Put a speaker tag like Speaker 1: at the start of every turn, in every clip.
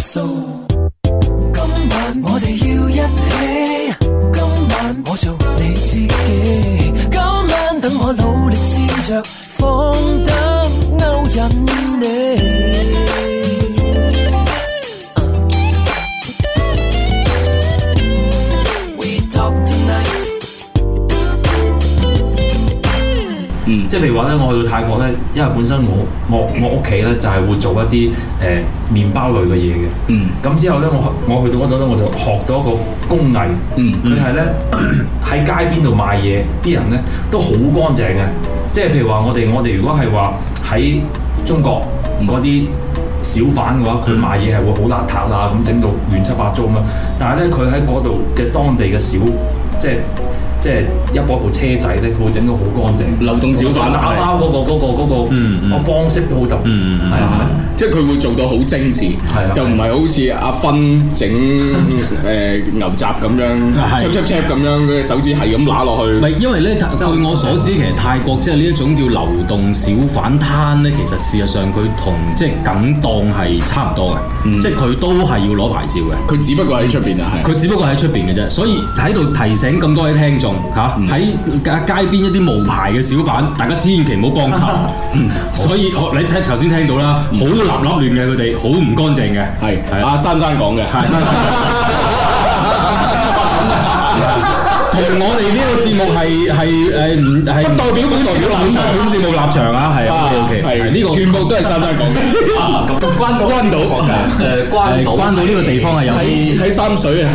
Speaker 1: 數。今晚我哋要一起，今晚我做你知己。今晚等我努力試着放膽勾引你。We talk tonight.
Speaker 2: 嗯，
Speaker 3: 即係譬如話咧，我去到泰國咧，因為本身我我我屋企咧就係會做一啲誒、呃、麵包類嘅嘢嘅。
Speaker 2: 嗯
Speaker 3: 咁之後咧，我我去到嗰度咧，我就學到一個工藝。
Speaker 2: 嗯
Speaker 3: 佢係咧 喺街邊度賣嘢，啲人咧都好乾淨嘅。即係譬如話，我哋我哋如果係話喺中國
Speaker 2: 嗯
Speaker 3: 嗰啲小販嘅話，佢賣嘢係會好邋遢啦，咁整到亂七八糟咁樣。但係咧，佢喺嗰度嘅當地嘅小，即係即係一部一部車仔咧，佢會整到好乾淨。
Speaker 2: 流動小販
Speaker 3: 打
Speaker 4: Ờ,
Speaker 3: 包嗰個嗰個嗰個
Speaker 2: Ừ,
Speaker 5: 嗯嗯
Speaker 3: 個方式都好特別，
Speaker 5: 嗯嗯
Speaker 3: 係啊。
Speaker 2: 即係佢會做到好精緻
Speaker 3: 係啦，
Speaker 2: 就唔係好似阿芬整誒牛雜咁樣
Speaker 5: 係
Speaker 2: c h a p c h a p 咁樣，佢手指係咁揦落去
Speaker 5: 唔。係，因為咧，據我所知，其實泰國即係呢一種叫流動小販攤咧，其實事實上佢同即係緊檔係差唔多嘅，即係佢都係要攞牌照嘅。
Speaker 2: 佢只不過喺出邊啊，係
Speaker 5: 佢只不過喺出邊嘅啫，所以喺度提醒咁多位聽眾嚇，喺、街街邊一啲無牌嘅小販，大家千祈唔好幫襯。嗯所以我你睇頭先聽到啦，好立立亂嘅佢哋，好唔乾淨嘅，
Speaker 2: 係
Speaker 5: 係
Speaker 2: 阿
Speaker 5: 啊，
Speaker 2: 珊珊講嘅，
Speaker 5: 係真係 同我哋呢個節目係係誒唔係
Speaker 2: 不代表本台嘅立場
Speaker 5: 本節目立場啊，係
Speaker 2: 啊
Speaker 5: OK
Speaker 2: 係
Speaker 5: 係呢個
Speaker 2: 全部都係珊珊講嘅。
Speaker 4: 關島
Speaker 2: 關島
Speaker 4: 誒
Speaker 5: 誒
Speaker 2: Ờ,
Speaker 4: 關島
Speaker 5: 關到呢個地方係有啲
Speaker 2: 喺喺三水啊，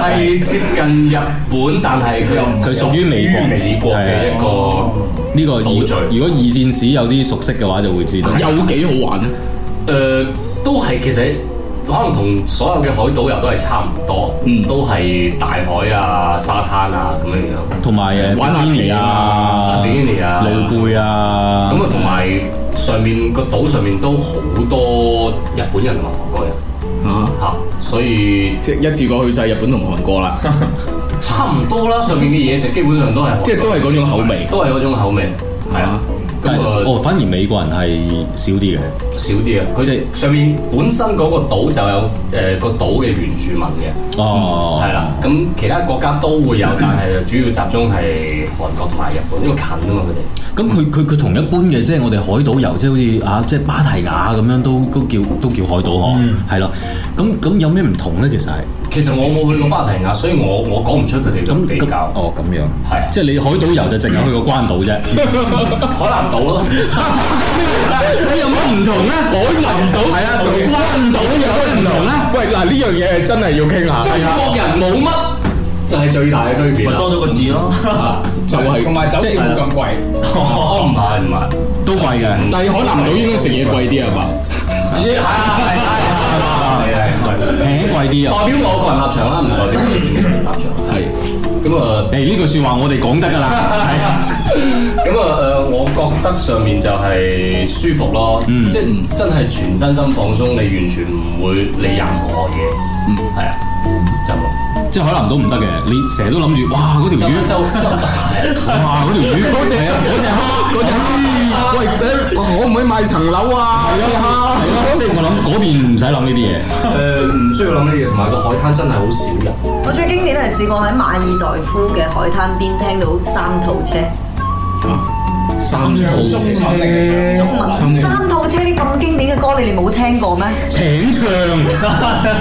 Speaker 4: 係接近日本，但係佢又唔
Speaker 5: 佢屬於美國
Speaker 4: 屬於美國
Speaker 2: Dạ.
Speaker 4: 嘅一個
Speaker 5: 呢個
Speaker 4: 島嶼
Speaker 5: 如果二戰史有啲熟悉嘅話，就會知道。
Speaker 2: 有幾好玩咧？
Speaker 4: 誒，都係其實可能同所有嘅海島遊都係差唔多，
Speaker 2: Ừ.
Speaker 4: 都係大海啊、沙灘啊咁樣樣。
Speaker 5: 同埋誒
Speaker 2: 玩下
Speaker 5: 比基尼
Speaker 2: 棋
Speaker 5: 啊、
Speaker 4: 比基尼啊
Speaker 5: 露背啊，
Speaker 4: 咁啊，同埋上面個島上面都好多日本人同埋韓國人
Speaker 2: 啊！
Speaker 4: 嚇，所以
Speaker 2: 即係一次過去晒日本同韓國啦，
Speaker 4: 差唔多啦。上面嘅嘢食基本上都係韓
Speaker 2: 即係都係嗰種口味。
Speaker 4: 都係嗰種口味，係啊。咁
Speaker 5: 但係
Speaker 4: 啊，
Speaker 5: 哦，反而美國人係少啲嘅，
Speaker 4: 少啲啊！
Speaker 5: 即
Speaker 4: 佢
Speaker 5: 係
Speaker 4: 上面本身嗰個島就有誒個島嘅原住民嘅，
Speaker 5: 哦，
Speaker 2: 嗯
Speaker 4: 係啦。咁其他國家都會有，但係主要集中係韓國同埋日本，因為近啊嘛佢哋。
Speaker 5: 咁佢佢佢同一般嘅，即係我哋海島遊，即係好似啊，即係芭提雅咁樣都都叫都叫海島嗬，係咯。咁咁有咩唔同咧？其實係
Speaker 4: 其實我冇去過芭提雅，所以我我講唔出佢哋嘅
Speaker 5: 咁
Speaker 4: 比
Speaker 5: 咁
Speaker 4: 較。
Speaker 5: 哦咁樣，
Speaker 4: 係啊
Speaker 5: 即係你海島遊就淨係去過關島啫。
Speaker 4: 海南島咯，
Speaker 5: 咁有乜唔同咧？
Speaker 2: 海南島
Speaker 5: 係啊，同關島有乜唔同咧？
Speaker 2: 喂，嗱呢樣嘢係真係要傾下，
Speaker 4: 中國人冇乜就係最大嘅區別
Speaker 3: 咪
Speaker 4: 啦。
Speaker 3: 多咗個字咯，
Speaker 2: 就係
Speaker 6: 同埋酒店冇咁貴，
Speaker 4: 哦，唔係唔 係，
Speaker 5: 都貴嘅。
Speaker 2: 但係海南島應該食嘢貴啲係嘛？
Speaker 4: 係啊係啊係啊係啊係啊！
Speaker 5: 平貴啲啊！
Speaker 4: 代表我個人立場啦，唔代表你自己嘅立場。
Speaker 2: 係
Speaker 4: 咁啊。
Speaker 5: 誒呢句説話我哋講得㗎啦，
Speaker 4: 咁啊誒，呃我覺得上面就係舒服咯，即係真係全身心放鬆，你完全唔會理任何嘢，係啊，就
Speaker 5: 係即係海南島唔得嘅，你成日都諗住哇嗰條魚
Speaker 4: 咁，啊就就
Speaker 5: 哇嗰條魚，嗰隻嗰隻蝦，嗰隻蝦，
Speaker 2: 喂，可唔可以買層樓啊？係啊，
Speaker 5: 係咯，即係我諗嗰邊唔使諗呢啲嘢。
Speaker 4: 誒呃唔需要諗呢啲嘢，同埋個海灘真係好少人，
Speaker 7: 我最經典係試過喺馬爾代夫嘅海灘邊聽到三套車，
Speaker 5: 三
Speaker 6: 中文嚟嘅
Speaker 7: 中文三套車啲咁經典嘅歌，你哋冇聽過咩？
Speaker 5: 請唱，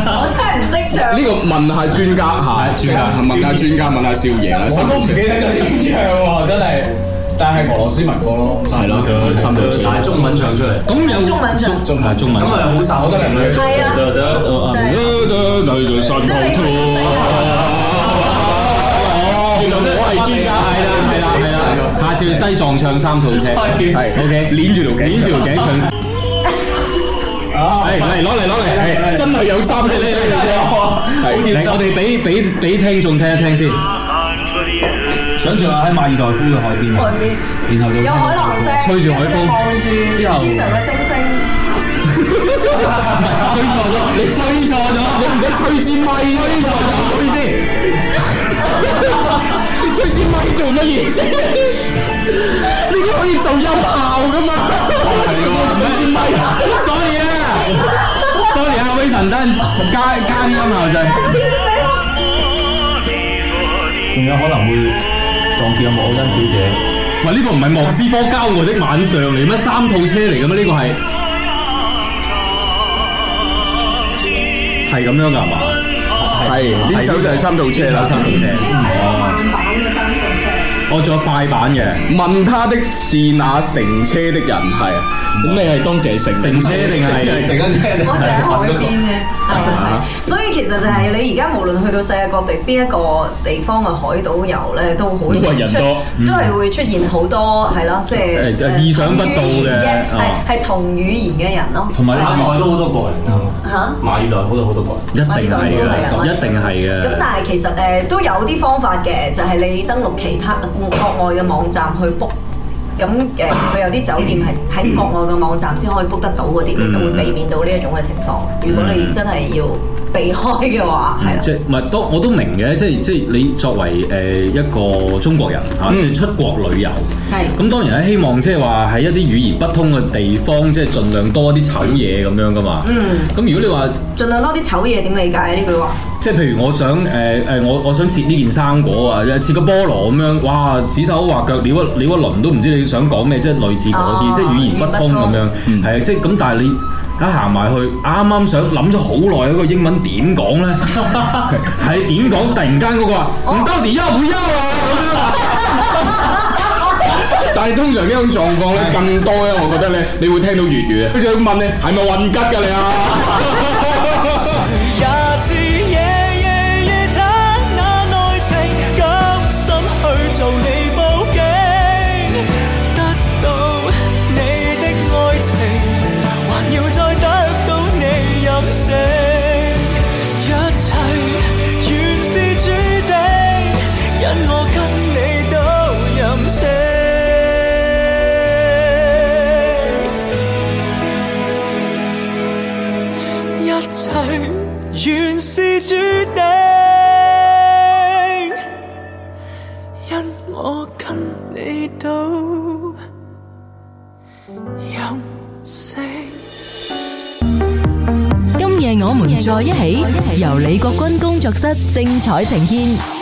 Speaker 7: 我真係唔識唱。
Speaker 2: 呢個問下專家嚇，專家問下專家問下少爺啦，
Speaker 6: 我
Speaker 2: 三
Speaker 6: 都唔
Speaker 2: 套車
Speaker 6: 記得咗點唱喎，真係。但係俄羅斯文歌咯，
Speaker 2: 係咯，三套車
Speaker 4: 但係中文唱出嚟，
Speaker 5: 咁有
Speaker 7: 中文唱
Speaker 5: 中係中文
Speaker 4: 咁
Speaker 5: 唱，
Speaker 4: 啊好散，
Speaker 6: 我真係唔記得。
Speaker 7: 係啊，
Speaker 5: Ờ,
Speaker 7: 真係
Speaker 2: 三套車
Speaker 5: Ờ,
Speaker 2: 我係專
Speaker 5: 係
Speaker 2: 家，
Speaker 5: 啦係啦係啦，下次去西藏唱三套車，係 Ờ, OK，
Speaker 2: 攣住條頸，
Speaker 5: 攣住條頸唱，
Speaker 6: 啊，
Speaker 5: 係嚟攞嚟攞嚟，係
Speaker 2: 真係有三套車
Speaker 5: ờ.
Speaker 2: 嚟嘅
Speaker 5: 嚟我哋俾俾俾聽眾聽一聽先。
Speaker 3: 想象下喺馬爾代夫嘅海邊，
Speaker 7: 外面
Speaker 3: 然後就
Speaker 7: 有海浪聲，
Speaker 5: 吹住海風
Speaker 7: 望住天上嘅星星，
Speaker 2: 吹錯咗，你吹錯咗，你唔使吹支咪，吹錯咗，唔好意思。你吹支咪做乜嘢啫？你
Speaker 5: 哦
Speaker 2: 都可以做音效噶嘛？係喎，吹支咪。
Speaker 5: 啊所以咧，啊
Speaker 2: 陣間加加啲音效就係
Speaker 3: 仲有可能會撞見有莫恩小姐。
Speaker 5: 喂，呢個唔係莫斯科郊外的晚上嚟咩？三套車嚟嘅咩？呢個係係咁樣噶嘛？
Speaker 2: 係呢首就係三套車啦，三套車。
Speaker 5: 嗯我仲有快版嘅
Speaker 2: 問他的是那乘車的人係，咁你係當時係乘
Speaker 5: 乘車定係
Speaker 4: 成 間車
Speaker 7: 我成日喺海邊嘅，係啊所以其實就係你而家無論去到世界各地邊一個地方嘅海島遊咧，都好
Speaker 5: 都係人多嗯
Speaker 7: 出都係會出現好多係咯，即
Speaker 5: 誒誒
Speaker 7: 係
Speaker 5: 意想不到嘅啊
Speaker 7: 係係同語言嘅人咯。
Speaker 3: 同埋
Speaker 4: 馬
Speaker 3: 呢
Speaker 4: 代都好多個人㗎嘛，
Speaker 7: 嚇
Speaker 4: 馬爾代好多好多個人。
Speaker 5: 一
Speaker 7: 啊
Speaker 5: 定係
Speaker 7: 馬爾代夫
Speaker 5: 嘅，
Speaker 7: 係啊
Speaker 5: 一定係
Speaker 7: 咁
Speaker 5: 嘅。
Speaker 7: 但係其實誒都有啲方法嘅，就係你登錄其他國外嘅網站去 book。咁誒，佢有啲酒店 係喺國外嘅網站先可以 book 得到嗰啲，
Speaker 5: 嗯
Speaker 7: 你就會避免到呢一種嘅情況。如果你真係要避開嘅話，係啦。
Speaker 5: 即係唔係都我都明嘅，即係即係你作為誒一個中國人
Speaker 2: 嗯
Speaker 5: 嚇，即係出國旅遊，
Speaker 7: 係
Speaker 5: 嗯咁當然係希望即係話喺一啲語言不通嘅地方，即係盡量多啲醜嘢咁樣噶嘛。
Speaker 7: 嗯，
Speaker 5: 咁如果你話
Speaker 7: 盡量多啲醜嘢點理解呢句話？
Speaker 5: 即係譬如我想誒誒、呃我我想切呢件生果啊，切個菠蘿咁樣，哇指手畫腳，撩一撩一輪都唔知你想講咩，即係類似嗰啲，
Speaker 7: 哦
Speaker 5: 即係語言不通咁樣，係、
Speaker 2: 嗯
Speaker 5: 即係咁。但係你一行埋去，啱啱想諗咗好耐嗰個英文點講咧， 係點講？突然間嗰個話
Speaker 2: 哦
Speaker 5: 唔到底要唔要啊？
Speaker 2: 但係通常呢種狀況咧，更多咧，我覺得咧，你會聽到粵語啊，佢就會問你係咪混吉㗎你啊？
Speaker 1: 也似夜夜夜攤那愛情，甘心去做你報警，得到你的愛情，還要再得到你任性，一切原是注定，因我跟你都任性。一切原是注定，因我跟你都任性。
Speaker 8: 今夜我們在一起，由李國君工作室精彩呈現。